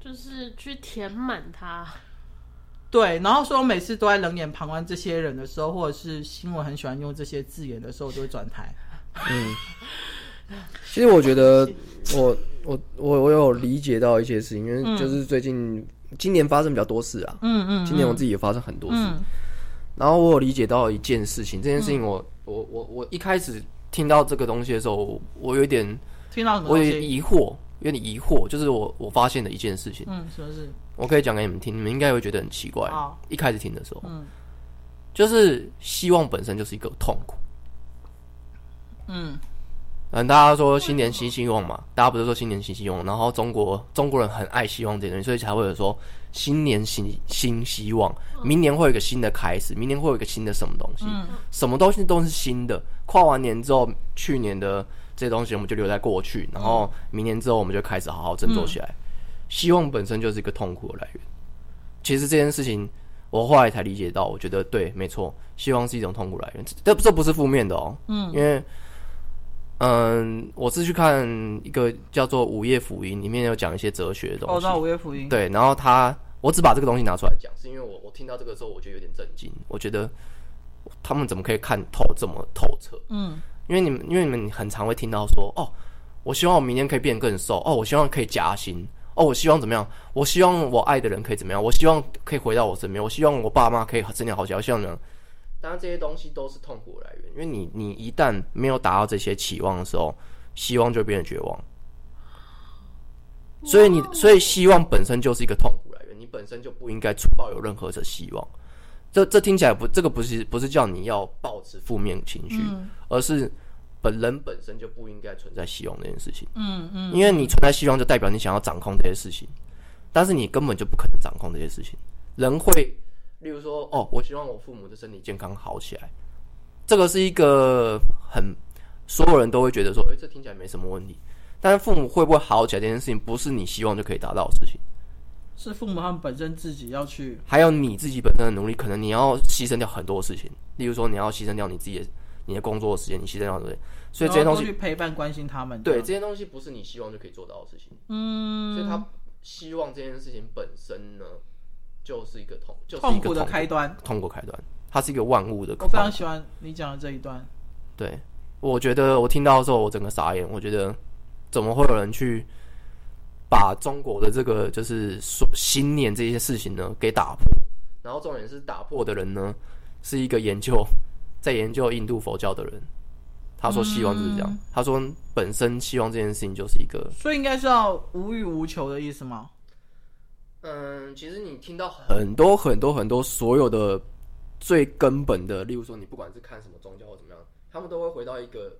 A: 就是去填满它。
C: 对，然后所以我每次都在冷眼旁观这些人的时候，或者是新闻很喜欢用这些字眼的时候，我都会转台。
E: 嗯，
B: 其实我觉得我我我我有理解到一些事情，因为就是最近今年发生比较多事啊，
C: 嗯嗯，
B: 今年我自己也发生很多事，
C: 嗯
B: 然后我有理解到一件事情，这件事情我、我我我一开始听到这个东西的时候，我我有一点
C: 听到很
B: 我
C: 多
B: 有
C: 东
B: 点
C: 西。
B: 疑惑，有点疑惑，就是我我发现的一件事情，
C: 嗯，什么事？
B: 我可以讲给你们听，你们应该会觉得很奇怪
C: 好。
B: 一开始听的时候，
C: 嗯
B: 就是希望本身就是一个痛苦。
C: 嗯
B: 嗯，大家说新年新希望嘛，大家不是说新年新希望，然后中国中国人很爱希望这些东西，所以才会有说新年新新希望，明年会有一个新的开始，明年会有一个新的什么东西，
C: 嗯
B: 什么东西都是新的。跨完年之后，去年的这些东西我们就留在过去，然后
C: 嗯
B: 明年之后我们就开始好好振作起来。希望本身就是一个痛苦的来源。其实这件事情，我后来才理解到，我觉得对，没错，希望是一种痛苦来源。这这不是负面的哦，嗯，因为。嗯，我是去看一个叫做《午夜福音》，里面有讲一些哲学的东西。
C: 哦，到午夜福音。
B: 对，然后他，我只把这个东西拿出来讲，是因为我我听到这个时候，我就有点震惊，我觉得他们怎么可以看透这么透彻？
C: 嗯
B: 因为你们，因为你们很常会听到说，哦，我希望我明天可以变得更瘦，哦，我希望可以加薪，哦，我希望怎么样，我希望我爱的人可以怎么样，我希望可以回到我身边，我希望我爸妈可以真的好起来，我希望怎么样。当然，这些东西都是痛苦的来源，因为你你一旦没有达到这些期望的时候，希望就会变得绝望。所以你，所以希望本身就是一个痛苦来源，你本身就不应该抱有任何的希望。这这听起来不，这个不是不是叫你要保持负面情绪，而是本人本身就不应该存在希望这件事情。
C: 嗯嗯
B: 因为你存在希望，就代表你想要掌控这些事情，但是你根本就不可能掌控这些事情。人会，例如说，哦，我希望我父母的身体健康好起来，这个是一个很所有人都会觉得说，诶，这听起来没什么问题。但是父母会不会好起来这件事情，不是你希望就可以达到的事情，
C: 是父母他们本身自己要去，
B: 还有你自己本身的努力，可能你要牺牲掉很多事情，例如说你要牺牲掉你自己的你的工作时间，你牺牲掉很多，所以这些
C: 然后
B: 东
C: 多
B: 西
C: 去陪伴关心他们。
B: 对，这些东西不是你希望就可以做到的事情，
C: 嗯，
B: 所以他希望这件事情本身呢，就是一个痛，就是一
C: 痛
B: 个
C: 苦的开端。
B: 痛苦开端，它是一个万物的
C: 我非
B: 开
C: 常喜欢你讲的这一段。
B: 对，我觉得我听到的时候，我整个傻眼，我觉得怎么会有人去把中国的这个就是说新年这些事情呢给打破？然后重点是打破的人呢，是一个研究在研究印度佛教的人，他说希望就是这样，
C: 嗯
B: 他说本身希望这件事情就是一个
C: 所以应该是要无欲无求的意思吗？
B: 嗯，其实你听到很多很多很多所有的最根本的，例如说你不管是看什么宗教或怎么样，他们都会回到一个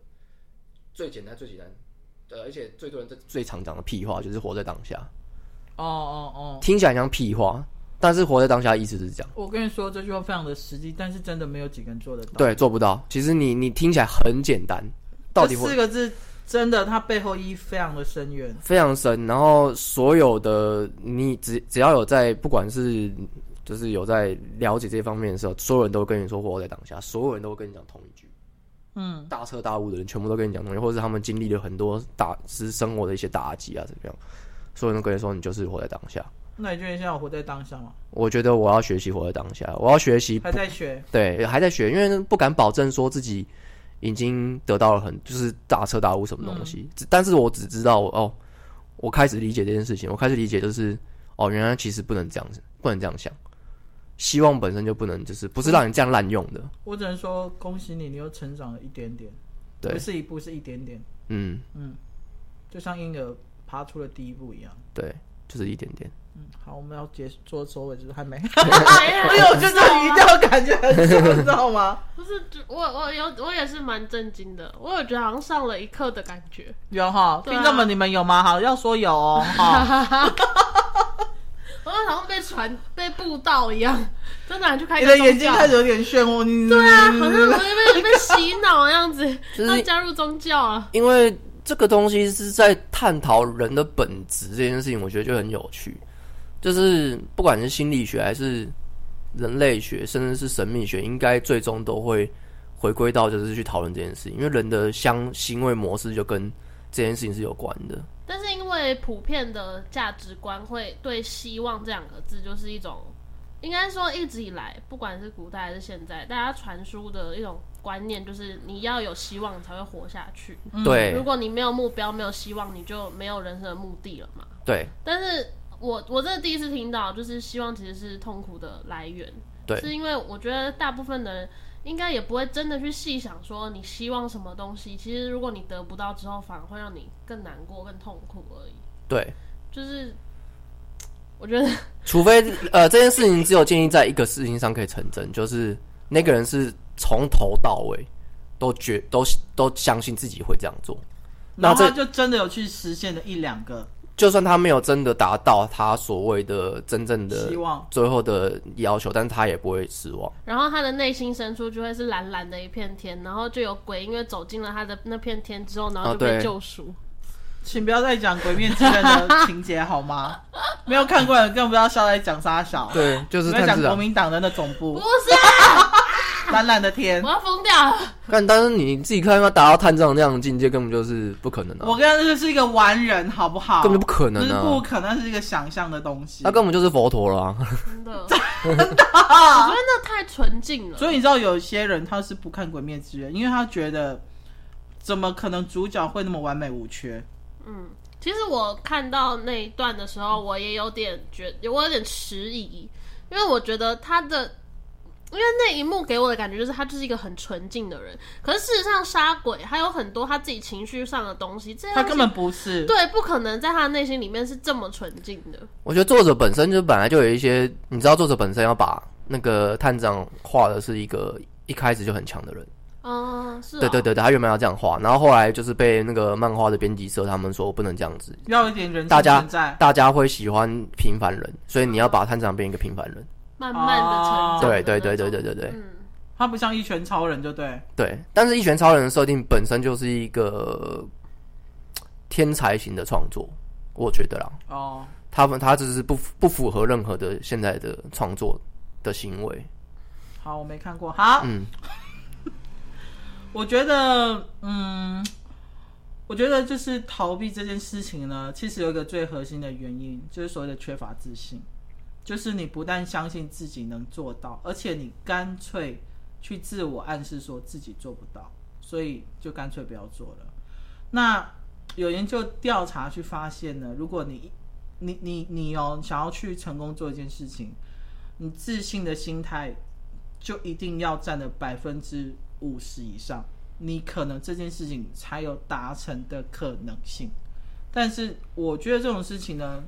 B: 最简单、最简单，呃，而且最多人最最常讲的屁话就是活在当下，
C: 哦哦哦，
B: 听起来像屁话，但是活在当下的意思是这样，
C: 我跟你说这句话非常的实际，但是真的没有几个人做得到。，
B: 对，做不到。其实你你听起来很简单，到底活
C: 四个字真的，它背后意义非常的深远。
B: 非常深。然后所有的你只只要有在，不管是就是有在了解这方面的时候，所有人都跟你说活在当下，所有人都会跟你讲同一句，
C: 嗯，
B: 大彻大悟的人全部都跟你讲同一句，或者是他们经历了很多打是生活的一些打击啊怎么样，所有人都跟你说你就是活在当下。
C: 那你觉得你现在有活在当下吗？
B: 我觉得我要学习活在当下，我要学习
C: 还在学？
B: 对，还在学，因为不敢保证说自己已经得到了很就是大彻大悟什么东
C: 嗯
B: 西，只但是我只知道哦，我开始理解这件事情，我开始理解就是哦，原来其实不能这样子，不能这样想，希望本身就不能就是不是让你这样滥用的，
C: 我只能说恭喜你，你又成长了一点点，
B: 对
C: 不是一步，是一点点，
B: 嗯，
C: 就像婴儿爬爬出了第一步一样。
B: 对，就是一点点。
C: 嗯，好，我们要结束做收尾，就是还
A: (laughs)
C: 没，哎
A: 没有
C: 因为我觉得这语调感觉很像，你知道吗？
A: 不是，就我我有我也是蛮震惊的，我有觉得好像上了一课的感觉。
C: 有哈，
A: 对啊
C: 听众们你们有吗？好，要说有哦，
A: (laughs)
C: 哈，
A: 我好像被传被布道一样，真的你去开
C: 你
A: 个
C: 的
A: 宗
C: 眼睛
A: 教
C: 开始有点漩涡，
A: 对啊，好像好像被被洗脑的样
B: (laughs)
A: 子，
B: 嗯就是
A: 要加入宗教啊。
B: 因为这个东西是在探讨人的本质这件事情，我觉得就很有趣。就是不管是心理学还是人类学，甚至是神秘学，应该最终都会回归到就是去讨论这件事情，因为人的相行为模式就跟这件事情是有关的。
A: 但是因为普遍的价值观会对“希望”这两个字就是一种，应该说一直以来，不管是古代还是现在，大家传输的一种观念就是你要有希望你才会活下去。
B: 对
A: 如果你没有目标、没有希望，你就没有人生的目的了嘛。
B: 对
A: 但是我我真的第一次听到，就是希望其实是痛苦的来源。
B: 对
A: 是因为我觉得大部分的人应该也不会真的去细想说你希望什么东西。其实如果你得不到之后，反而会让你更难过、更痛苦而已。
B: 对，
A: 就是我觉得
B: 除非呃这件事情只有建立在一个事情上可以成真，就是那个人是从头到尾都觉都都相信自己会这样做。那
C: 然后
B: 这
C: 就真的有去实现的一两个，
B: 就算他没有真的达到他所谓的真正的
C: 希望
B: 最后的要求，但他也不会失望。
A: 然后他的内心深处就会是蓝蓝的一片天，然后就有鬼，因为走进了他的那片天之后，然后就
B: 啊
A: 被
B: 对
A: 救赎。
C: 请不要再讲《鬼面之刃》的情节好吗？
A: (laughs)
C: 没有看过的更不要笑来讲沙小，
B: 对，就是
C: 不要
B: 探啊
C: 讲
B: 自
C: 国
B: 然。
C: 民党的那总部
A: 不，是，啊
C: 蓝蓝的天
A: 我。要疯掉了！
B: 但但是你自己看，他达到探长那样的境界，根本就是不可能
C: 我
B: 啊，
C: 跟他这是一个完人，好不好？
B: 根本就不可
C: 这
B: 能
C: 是不
B: 啊，
C: 可能，是一个想象的东西
B: 他。根本就是佛陀了、啊。
A: (laughs) 真的，我觉得那太纯净了。
C: 所以你知道，有些人他是不看《鬼灭之刃》，因为他觉得怎么可能主角会那么完美无缺？
A: 嗯，其实我看到那一段的时候，我也有点觉，我有点迟疑，因为我觉得他的，因为那一幕给我的感觉就是他就是一个很纯净的人，可是事实上杀鬼还有很多他自己情绪上的东西，这些东
C: 他
A: 西
C: 根本不是。
A: 对不可能在他的内心里面是这么纯净的。
B: (laughs) 我觉得作者本身就本来就有一些，你知道，作者本身要把那个探长画的是一个一开始就很强的人。
A: 嗯，
C: 啊
A: 是、哦，
B: 对对对，对他原本要这样画，然后后来就是被那个漫画的编辑社他们说不能这样子，
C: 要一点人性
B: 大家
C: 存在，
B: 大家会喜欢平凡人，所以你要把探长变一个平凡人。
A: 慢慢的成长、
C: 哦
B: 对对对对对，对对
A: 嗯，
C: 他不像一拳超人，就对。
B: 对。但是，一拳超人的设定本身就是一个呃天才型的创作，我觉得啦，
C: 哦，
B: 他们他只是不不符合任何的现在的创作的行为。
C: 好，我没看过。好，
B: 嗯，
C: 我觉得，嗯，我觉得就是逃避这件事情呢，其实有一个最核心的原因，就是所谓的缺乏自信，就是你不但相信自己能做到，而且你干脆去自我暗示说自己做不到，所以就干脆不要做了。那有研究调查去发现呢，如果你你你你哦想要去成功做一件事情，你自信的心态就一定要占了百分之五十以上，你可能这件事情才有达成的可能性。但是我觉得这种事情呢，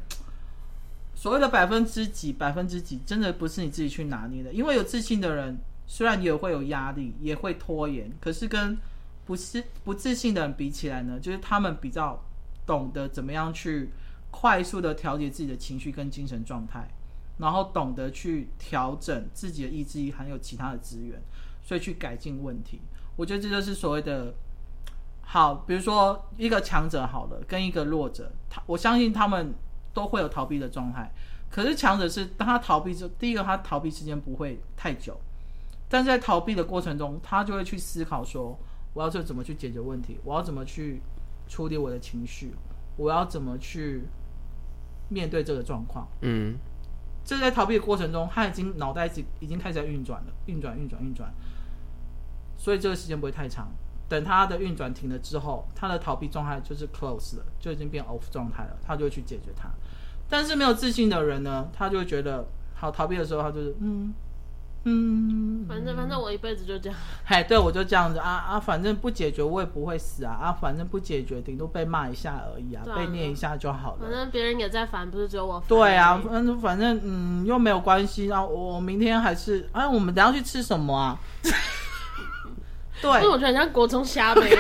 C: 所谓的百分之几、百分之几，真的不是你自己去拿捏的。因为有自信的人，虽然也会有压力，也会拖延，可是跟不是不自信的人比起来呢，就是他们比较懂得怎么样去快速的调节自己的情绪跟精神状态。然后懂得去调整自己的意志力，还有其他的资源，所以去改进问题。我觉得这就是所谓的好，比如说一个强者好了，跟一个弱者，他我相信他们都会有逃避的状态。可是强者是当他逃避之，第一个他逃避时间不会太久，但是在逃避的过程中，他就会去思考说，我要去怎么去解决问题，我要怎么去处理我的情绪，我要怎么去面对这个状况。
B: 嗯，
C: 这在逃避的过程中，他已经脑袋已经已经开始在运转了，运转运转运转，所以这个时间不会太长。等他的运转停了之后，他的逃避状态就是 close 了，就已经变 off 状态了，他就会去解决它。但是没有自信的人呢，他就会觉得，好逃避的时候，他就是嗯，嗯，
A: 反正反正我一辈子就这样。
C: 嗨，对我就这样子啊啊，反正不解决我也不会死啊啊，反正不解决顶多被骂一下而已啊，
A: 对啊
C: 被念一下就好
A: 反
C: 了。
A: 正别人也在烦，不是只有我烦。
C: 对啊，反正反正嗯又没有关系，然后我我明天还是哎、我们等一下去吃什么啊？对，
A: (laughs) 因为我觉得很像国中虾妹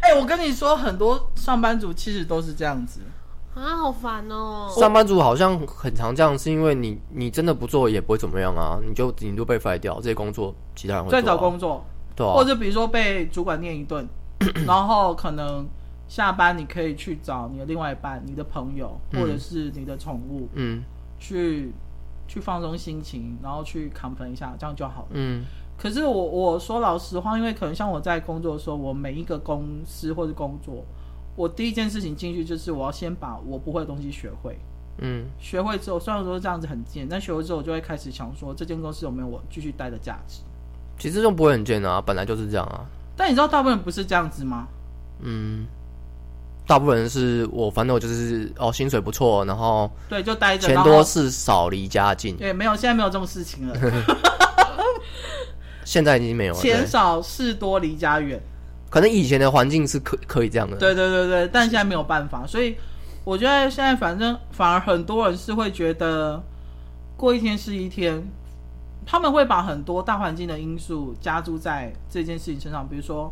C: 哎、我跟你说，很多上班族其实都是这样子。
A: 啊，好烦哦、
B: 上班族好像很常这样，是因为你你真的不做也不会怎么样啊，你就顶多被 fire 掉，这些工作其他人会做、
C: 在
B: 啊。
C: 找工作，
B: 对
C: 或
B: 啊，
C: 者比如说被主管念一
B: (clears throat)
C: 顿，然后可能下班你可以去找你的另外一半、你的朋友
B: 嗯
C: 或者是你的宠物、
B: 嗯
C: 去去放松心情，然后去 complain 一下，这样就好了。
B: 嗯
C: 可是我我说老实话，因为可能像我在工作的时候，我每一个公司或者工作，我第一件事情进去就是我要先把我不会的东西学会。
B: 嗯
C: 学会之后，虽然说这样子很贱，但学会之后我就会开始想说，这间公司有没有我继续待的价值？
B: 其实就不会很贱啊，本来就是这样啊。
C: 但你知道大部分人不是这样子吗？
B: 嗯，大部分人是我反正我就是哦，薪水不错，然后
C: 对，就待着，
B: 钱
C: 然
B: 多
C: 后
B: 事少，离家近。
C: 哦对，没有，现在没有这种事
B: (laughs)
C: 情了，
B: 现在已经没有了，
C: 钱
B: 对
C: 少事多离家远。
B: 可能以前的环境是可可以这样的。
C: 对对对对，但现在没有办法，所以我觉得现在反正反而很多人是会觉得过一天是一天，他们会把很多大环境的因素加注在这件事情身上，比如说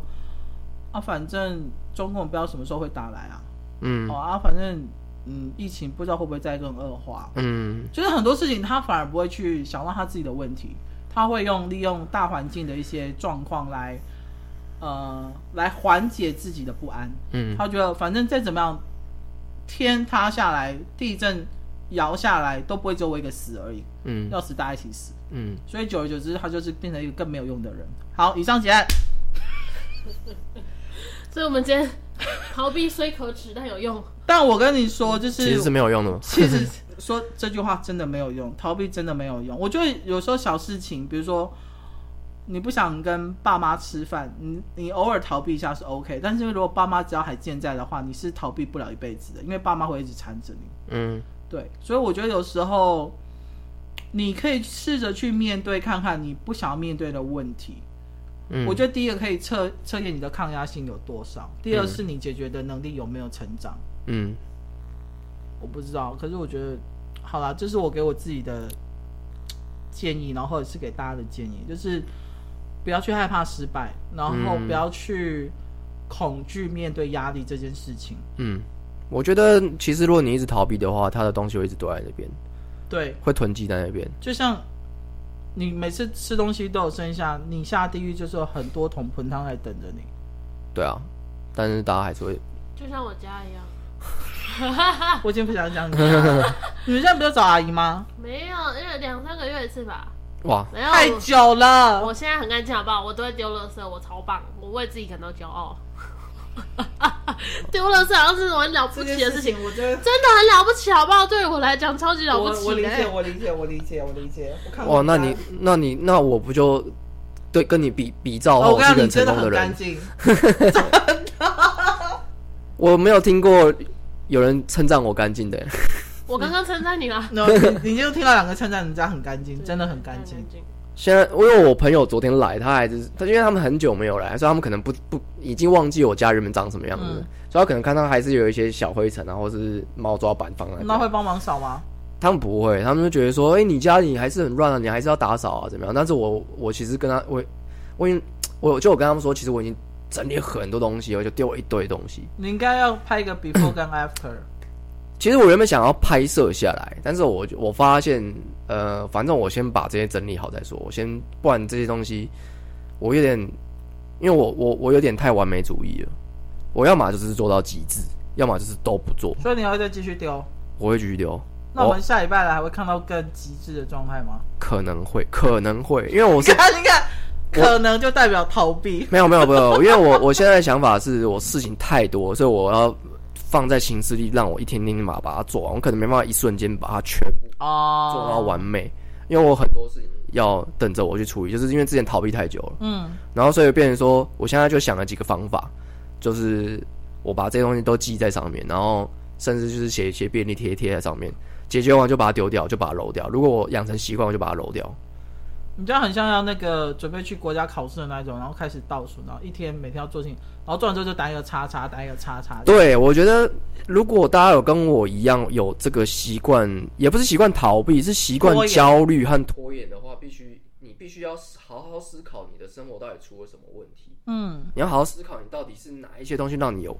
C: 啊，反正中共不知道什么时候会打来啊，
B: 嗯
C: 哦啊，反正嗯，疫情不知道会不会再更恶化，
B: 嗯，
C: 就是很多事情他反而不会去想到他自己的问题，他会用利用大环境的一些状况来，呃，来缓解自己的不安。
B: 嗯，
C: 他觉得反正再怎么样，天塌下来，地震摇下来，都不会只有我一个死而已，
B: 嗯
C: 要死大家一起死。
B: 嗯，
C: 所以久而久之，他就是变成一个更没有用的人。好，以上结案。
A: 所以我们今天逃避虽可耻，但有用。
C: 但我跟你说，就
B: 其实是没有用的。(laughs)
C: 其实说这句话真的没有用，逃避真的没有用。我觉得有时候小事情，比如说你不想跟爸妈吃饭，你你偶尔逃避一下是 OK，但是如果爸妈只要还健在的话，你是逃避不了一辈子的，因为爸妈会一直缠着你。
B: 嗯
C: 对，所以我觉得有时候你可以试着去面对看看你不想要面对的问题。
B: 嗯，
C: 我觉得第一个可以测测验你的抗压性有多少，第二是你解决的能力有没有成长。
B: 嗯
C: 我不知道，可是我觉得，好啦，这是我给我自己的建议，然后或者是给大家的建议，就是不要去害怕失败，然后
B: 嗯
C: 不要去恐惧面对压力这件事情。
B: 嗯，我觉得其实如果你一直逃避的话，他的东西会一直躲在那边，
C: 对，
B: 会囤积在那边。
C: 就像你每次吃东西都有剩下，你下地狱就是有很多桶盆汤在等着你。
B: 对啊，但是大家还是会，
A: 就像我家一样，
C: 我已经不想讲你 (laughs) 了，你们现在不是找阿姨吗？
A: 没有，因为两三个月一次吧。
B: 哇，
A: 没有，
C: 太久了，
A: 我现在很干净，好不好？我都会丢垃圾，我超棒，我为自己感到骄傲。丢垃圾好像是很了不起的事情，
C: 我真的。
A: 真的很了不起，好不好？对我来讲超级了不
C: 我
A: 起
C: 我理
A: 的、欸
C: 解，我理解，我理解，我理解。我看
B: 哇，
C: 我
B: 那
C: 家
B: 你那你那我不就对跟你比比照
C: 哦，
B: 后
C: 我
B: 是
C: 告
B: 一个很成
C: 诉你，真的
B: 功的
C: 很干
B: 人？ (laughs)
C: 净。
B: 我没有听过有人称赞我干净的。
A: 我刚刚称赞你了，
C: no, 你你就听到两个称赞人家很干净，真的很干净。
B: 现在因为我朋友昨天来，他还是他，因为他们很久没有来，所以他们可能不不已经忘记我家原本长什么样子，
C: 嗯
B: 所以他可能看到还是有一些小灰尘啊，或是猫抓板放在那
C: 那会
B: 边。
C: 帮忙扫吗？
B: 他们不会，他们就觉得说，哎、你家里还是很乱啊，你还是要打扫啊，怎么样？但是我我其实跟他我我已经我就我跟他们说，其实我已经整理很多东西，我就丢了一堆东西。
C: 你应该要拍一个 before 跟 after。
B: 嗯其实我原本想要拍摄下来，但是我我发现，呃，反正我先把这些整理好再说。我先，不然这些东西，我有点，因为我我我有点太完美主义了。我要么就是做到极致，要么就是都不做。
C: 所以你还会再继续丢。
B: 我会继续丢，
C: 那我
B: 哦
C: 们下礼拜来还会看到更极致的状态吗？
B: 可能会，可能会，因为我
C: 你 (laughs)
B: 是
C: 看，你看，可能就代表逃避。
B: 没有没有没有，因为我我现在的想法是我事情太多，所以我要放在行事历，让我一天天把把它做完。我可能没办法一瞬间把它全部
C: 哦，
B: 做到完。美，因为我很多事情要等着我去处理，就是因为之前逃避太久了，
C: 嗯，
B: 然后所以变成说，我现在就想了几个方法，就是我把这些东西都记在上面，然后甚至就是写一些便利贴贴在上面，解决完就把它丢掉，就把它揉掉。如果我养成习惯，我就把它揉掉。
C: 你这样很像要那个准备去国家考试的那一种，然后开始倒数，然后一天每天要做事情，然后做完之后就打一个叉叉，打一个叉叉。
B: 对，我觉得如果大家有跟我一样有这个习惯，也不是习惯逃避，是习
C: 拖
B: 惯
C: 延
B: 焦虑和拖延的话，必须你必须要好好思考你的生活到底出了什么问题。
C: 嗯，
B: 你要好好思考，你到底是哪一些东西让你有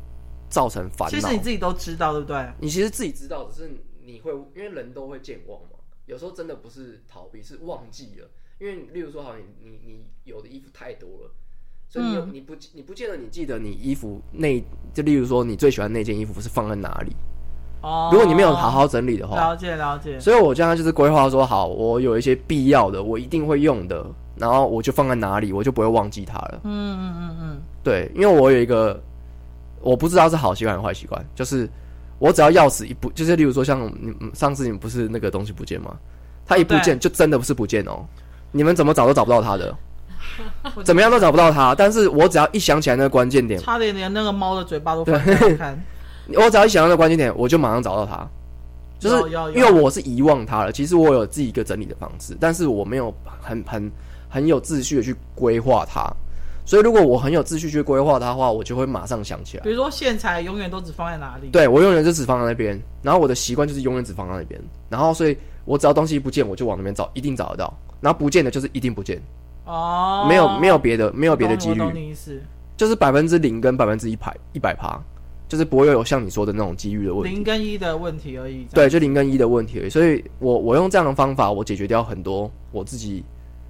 B: 造成烦
C: 嗯其
B: 恼
C: 实。你自己都知道，对不对？
B: 你其实自己知道，只是你会因为人都会健忘嘛，有时候真的不是逃避，是忘记了。因为例如说，好，你你你有的衣服太多了，所以你
C: 嗯
B: 有、你不你不见得你记得你衣服那就例如说你最喜欢那件衣服是放在哪里，
C: 哦，
B: 如果你没有好好整理的话，
C: 了解了解，
B: 所以我现在就是规划说，好，我有一些必要的，我一定会用的，然后我就放在哪里，我就不会忘记它了。
C: 嗯嗯嗯嗯，
B: 对，因为我有一个我不知道是好习惯还是坏习惯，就是我只要钥匙一不，就是例如说像你嗯上次你们不是那个东西不见吗？它一不
C: 哦对
B: 见就真的不是不见哦，你们怎么找都找不到它
C: (laughs)
B: 的，怎么样都找不到它。但是我只要一想起来那个关键点，
C: 差点连那个猫的嘴巴都翻开来看。
B: 我只要一想到那个关键点，我就马上找到它。就是
C: 有有有
B: 因为我是遗忘它了，其实我有自己一个整理的方式，但是我没有很很很有秩序的去规划它。所以如果我很有秩序去规划它的话，我就会马上想起来。
C: 比如说线材永远都只放在哪里？，
B: 对我永远就只放在那边，然后我的习惯就是永远只放在那边，然后所以我只要东西不见，我就往那边找，一定找得到。然后不见的就是一定不见，
C: 哦，
B: 没有没有别的没
C: 没
B: 有别的几
C: 我哦懂
B: 率，
C: 你意思，
B: 就是百分之零跟百分之一百一百趴，就是不会有像你说的那种机遇的问题。
C: 零跟一的问题而已。这样，
B: 对，就零跟一的问题而已。所以我我用这样的方法，我解决掉很多我自己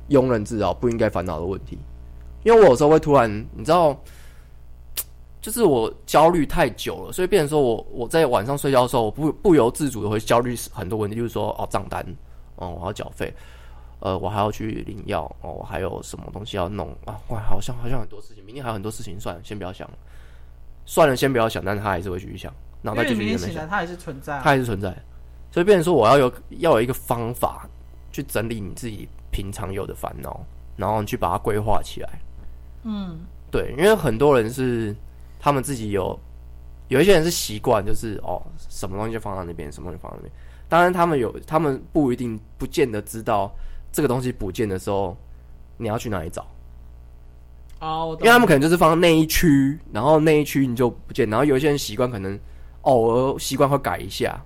B: 庸人自扰、不应该烦恼的问题。因为我有时候会突然，你知道，就是我焦虑太久了，所以变成说我我在晚上睡觉的时候，我不不由自主的会焦虑很多问题，就是说哦账单，哦我要缴费，呃我还要去领药，哦我还有什么东西要弄啊，哇好像好像很多事情，明天还有很多事情，算了，先不要想了，算了，先不要想，但是他还是会继续想，脑
C: 因
B: 袋
C: 为
B: 继
C: 你明
B: 续在那
C: 天醒
B: 想
C: 来。它还是存在啊。
B: 它还是存在。所以变成说，我要有要有一个方法去整理你自己平常有的烦恼，然后你去把它规划起来。
C: 嗯，
B: 对，因为很多人是他们自己有，有一些人是习惯，就是哦，什么东西就放在那边，什么东西放在那边。当然，他们有，他们不一定不见得知道这个东西不见的时候，你要去哪里找。
C: 哦，我
B: 因为他
C: 懂。
B: 们可能就是放那一区，然后那一区你就不见，然后有一些人习惯可能偶尔习惯会改一下，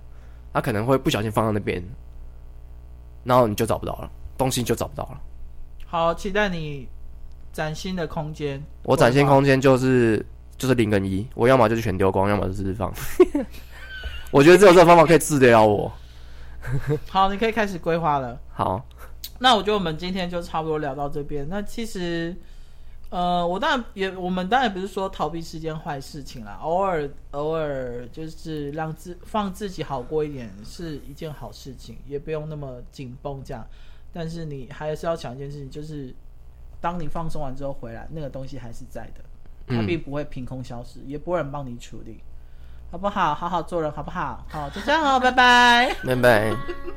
B: 他可能会不小心放到那边，然后你就找不到了，东西就找不到了。
C: 好，期待你崭新的空间。
B: 我展现空间就是就是零跟一，我要么就是全丢光，要么就是放。 (laughs) 我觉得只有这个方法可以治得了我。
C: 好，你可以开始规划了。
B: 好，
C: 那我觉得我们今天就差不多聊到这边。那其实，呃，我当然也，我们当然不是说逃避是件坏事情啦，偶尔偶尔就是让自放自己好过一点是一件好事情，也不用那么紧绷这样。但是你还是要想一件事情，就是当你放松完之后回来，那个东西还是在的，
B: 嗯
C: 它并不会凭空消失，也不会有人帮你处理，好不好？好好做人，好不好？好，就这样哦，拜拜。
B: 拜拜。